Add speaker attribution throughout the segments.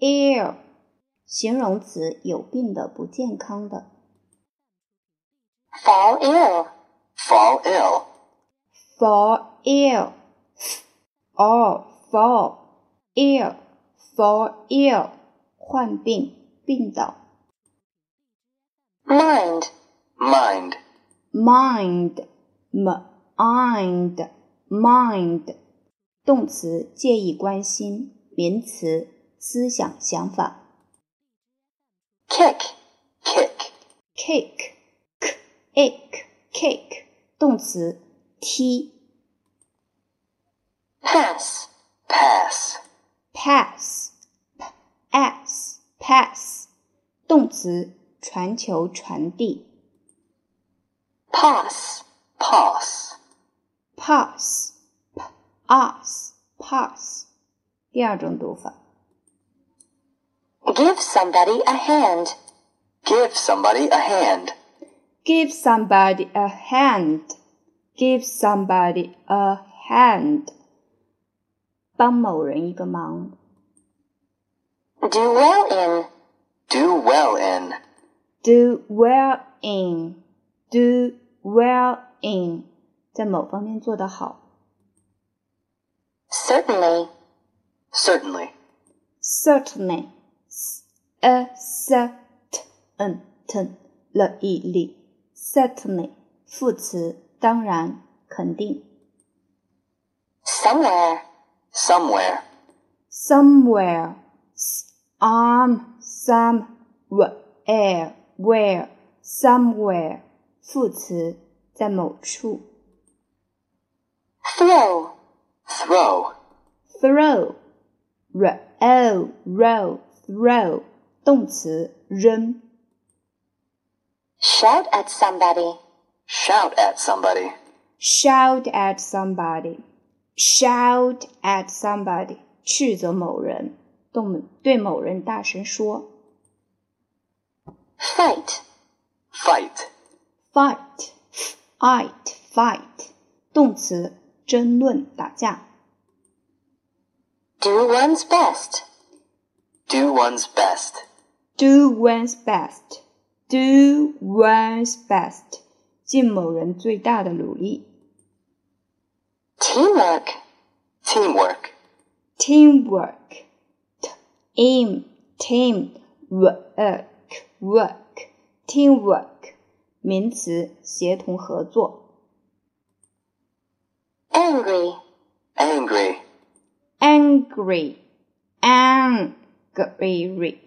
Speaker 1: ill，ill，形容词，有病的，不健康的。
Speaker 2: fall ill,
Speaker 3: fall ill,
Speaker 1: fall ill，all fall ill fall ill，患病，病倒。
Speaker 2: mind,
Speaker 3: mind,
Speaker 1: mind mind mind，动词介意关心，名词思想想法。
Speaker 2: kick,
Speaker 3: kick,
Speaker 1: kick k ick kick，动词踢。
Speaker 2: pass,
Speaker 3: pass,
Speaker 1: pass p s pass，动词传球传递。
Speaker 2: pass,
Speaker 3: pass,
Speaker 1: pass p s pass，第二种读法。
Speaker 2: give somebody a hand,
Speaker 3: give somebody a hand,
Speaker 1: Give somebody a hand. Give somebody a hand. 帮某人一个忙。
Speaker 2: do well in,
Speaker 3: do well in,
Speaker 1: Do well in. Do well in. 在某方面做得好。
Speaker 2: certainly,
Speaker 3: certainly,
Speaker 1: Certainly. S e, a c t n t n 了 e l. Certainly. 副词，当然，肯定。
Speaker 2: somewhere,
Speaker 3: somewhere,
Speaker 1: somewhere, s- um, some, where, where, somewhere，副词，在某处。
Speaker 2: throw,
Speaker 3: throw,
Speaker 1: throw, roll, roll, throw，动词，扔。
Speaker 2: shout at somebody,
Speaker 3: shout at somebody,
Speaker 1: shout at somebody, shout at somebody，斥责某人，动对某人大声说。
Speaker 2: fight,
Speaker 3: fight,
Speaker 1: fight, fight, fight，动词，争论、打架。
Speaker 2: do one's best,
Speaker 3: do one's best,
Speaker 1: do one's best, do one's best，尽某人最大的努力。
Speaker 2: teamwork,
Speaker 3: teamwork,
Speaker 1: teamwork, team, team, work, work, teamwork，名词，协同合作。
Speaker 2: angry,
Speaker 3: angry,
Speaker 1: angry, angry,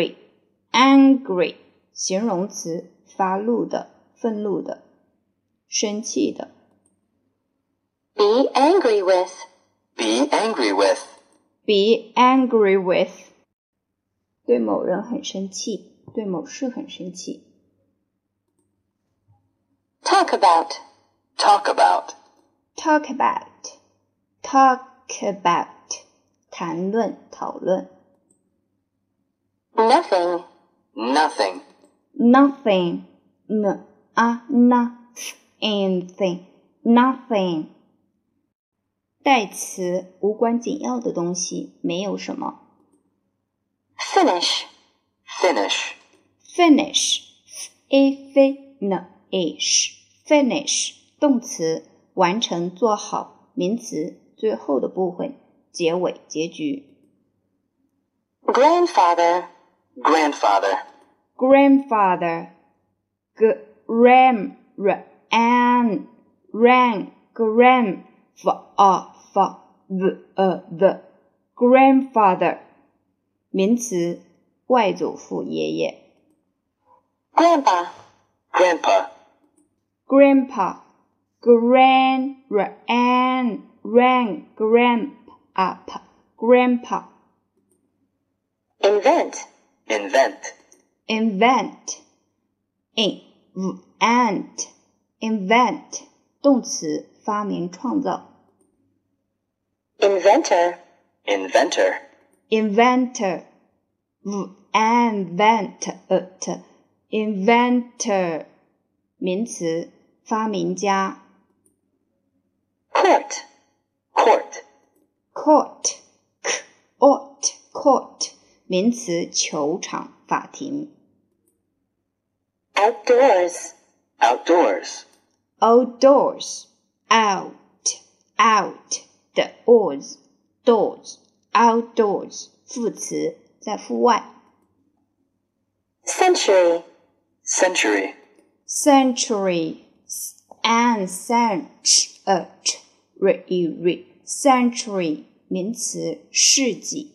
Speaker 1: angry, angry，形容词，发怒的、愤怒的、生气的。
Speaker 2: be angry with,
Speaker 3: be angry with,
Speaker 1: be angry with，对某人很生气，对某事很生气。
Speaker 2: talk about,
Speaker 3: talk about,
Speaker 1: talk about，talk about，谈论、讨论。
Speaker 2: nothing,
Speaker 3: nothing,
Speaker 1: nothing，n a n anything，nothing，代词，无关紧要的东西，没有什么。
Speaker 2: finish,
Speaker 3: finish,
Speaker 1: finish，f i n i s h finish，动词，完成、做好；名词，最后的部分，结尾、结局。
Speaker 2: grandfather,
Speaker 3: grandfather,
Speaker 1: grandfather, gram, ran, ran, gram, fa, fa, v, a, uh, the, grandfather，名词，外祖父、爷爷。
Speaker 2: grandpa,
Speaker 3: grandpa,
Speaker 1: grandpa, grand, ran, ran, gram, up, grandpa,
Speaker 2: invent,
Speaker 3: invent,
Speaker 1: invent, invent, invent，动词，发明、创造。
Speaker 2: inventor,
Speaker 3: inventor,
Speaker 1: inventor, invent, inventor，名词，发明家。
Speaker 2: court,
Speaker 3: court,
Speaker 1: court, c ought court 名词，球场、法庭。
Speaker 2: Outdoors.
Speaker 3: outdoors,
Speaker 1: outdoors out out 的 oars doors outdoors 副词，在户外。
Speaker 2: Century.
Speaker 3: century,
Speaker 1: century and cent a t r e re century 名词，世纪，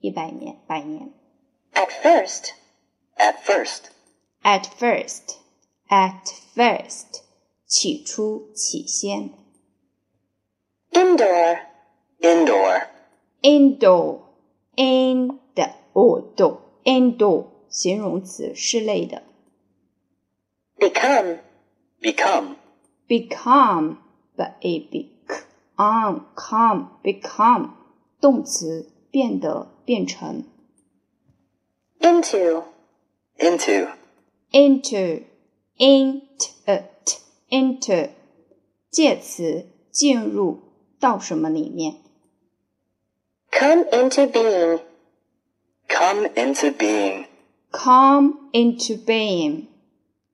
Speaker 1: 一百年，百年。
Speaker 2: At first.
Speaker 3: at first,
Speaker 1: at first at first 起初，起先。
Speaker 2: Indoor.
Speaker 3: indoor,
Speaker 1: indoor in 的 or do indoor 哦形容词，室内的。
Speaker 2: Become.
Speaker 3: become,
Speaker 1: become but a become come become 动词变得变成
Speaker 2: Into.
Speaker 3: into,
Speaker 1: into int it enter 介词进入到什么里面
Speaker 2: Come into being.
Speaker 3: come into being,
Speaker 1: come into being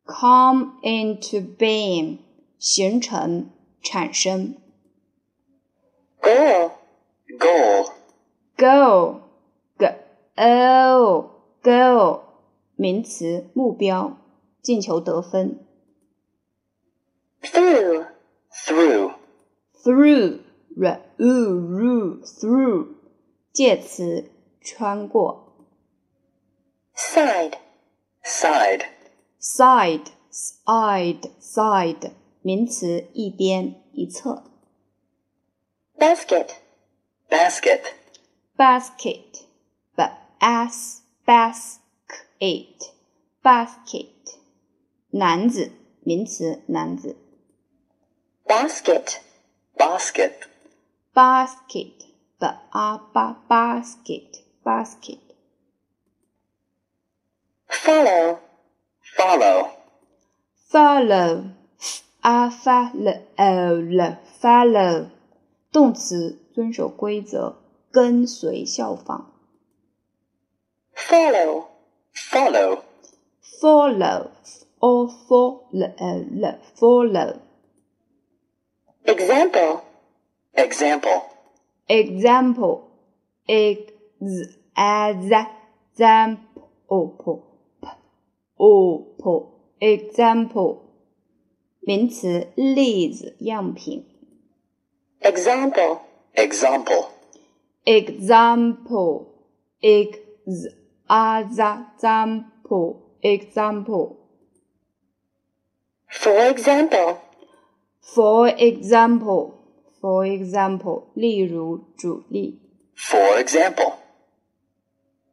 Speaker 1: come into being 形成产生
Speaker 2: Goal.
Speaker 3: goal,
Speaker 1: go go oh go 名词目标进球得分。
Speaker 2: Through.
Speaker 3: through,
Speaker 1: through r u ru through 介词穿过
Speaker 2: Side.
Speaker 3: side,
Speaker 1: side side side 名词一边一侧
Speaker 2: Basket.
Speaker 3: basket,
Speaker 1: basket b s basket basket 男子名词男子
Speaker 2: Basket.
Speaker 3: basket,
Speaker 1: basket b a ba basket basket
Speaker 2: Follow.
Speaker 3: follow,
Speaker 1: follow f a follow l follow 动词遵守规则，跟随效仿。
Speaker 2: Follow.
Speaker 3: follow,
Speaker 1: follow or uh, follow follow
Speaker 2: Example.
Speaker 3: example,
Speaker 1: example example example example 名词例子样品。
Speaker 2: Example.
Speaker 3: example,
Speaker 1: example example example
Speaker 2: For example.
Speaker 1: for example for example 例如举例
Speaker 3: for example,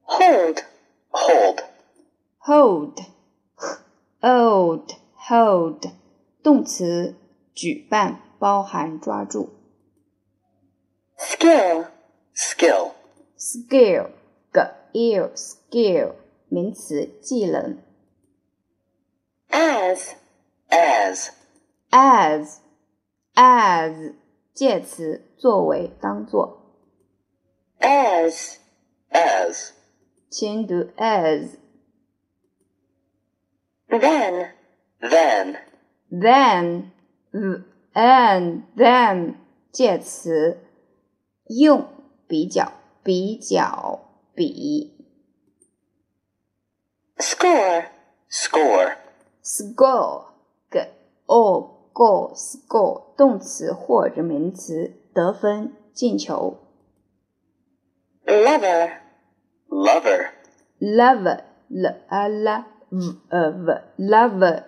Speaker 2: Hold.
Speaker 3: hold,
Speaker 1: hold hold hold 动词举办包含抓住
Speaker 2: Skill.
Speaker 3: skill,
Speaker 1: skill skill skill 名词技能
Speaker 2: As.
Speaker 3: as,
Speaker 1: as as 介词作为当做
Speaker 2: As.
Speaker 3: as,
Speaker 1: 请读 as
Speaker 2: Then.
Speaker 3: then,
Speaker 1: then and then 介词用比较比较比
Speaker 2: Score.
Speaker 3: score,
Speaker 1: score 个 or go score 动词或者名词得分进球
Speaker 2: Lover.
Speaker 3: lover,
Speaker 1: lover l a 呃 l v e v lover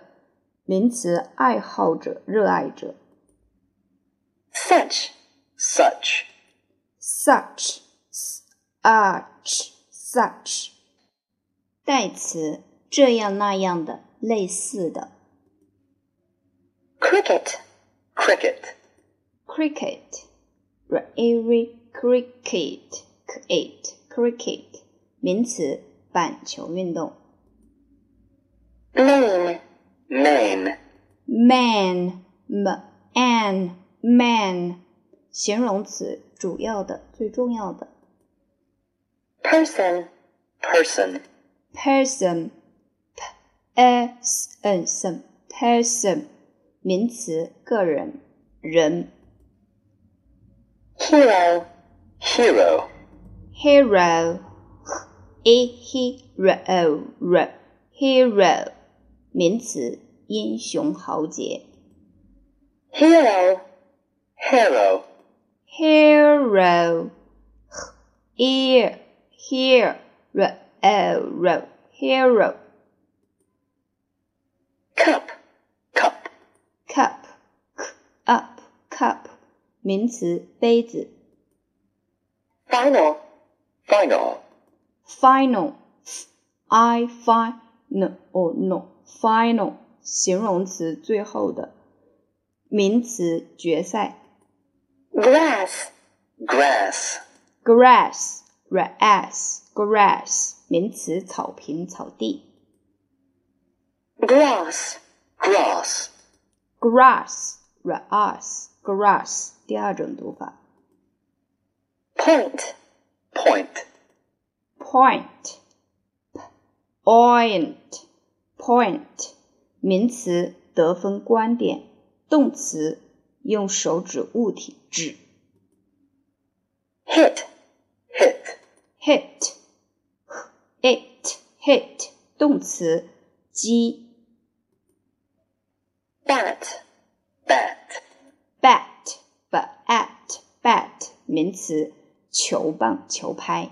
Speaker 1: 名词爱好者热爱者
Speaker 2: Such.
Speaker 3: such,
Speaker 1: such such such 代词这样那样的类似的
Speaker 2: Cricket.
Speaker 3: cricket,
Speaker 1: cricket r e r cricket cricket cricket 名词板球运动
Speaker 2: Main.
Speaker 3: main,
Speaker 1: man man man 形容词主要的最重要的
Speaker 2: person,
Speaker 3: person,
Speaker 1: person e, person person 名词，个人，人
Speaker 2: hero,
Speaker 3: hero,
Speaker 1: hero a hero r- hero 名词，英雄豪杰
Speaker 2: hero,
Speaker 3: harrow,
Speaker 1: hero ear hero hero hero
Speaker 2: cup,
Speaker 3: cup,
Speaker 1: cup up cup 名词，杯子。
Speaker 2: final,
Speaker 3: final,
Speaker 1: final i final or no final 形容词最后的，名词决赛
Speaker 2: grass,
Speaker 3: grass,
Speaker 1: grass grass grass 名词草坪草地
Speaker 2: grass,
Speaker 3: grass,
Speaker 1: grass grass grass 第二种读法
Speaker 2: point,
Speaker 3: point,
Speaker 1: point point point 名词得分观点，动词用手指物体指。
Speaker 2: hit,
Speaker 3: hit,
Speaker 1: hit it hit 动词击
Speaker 2: bat,
Speaker 3: bat,
Speaker 1: bat bat bat 名词球棒球拍。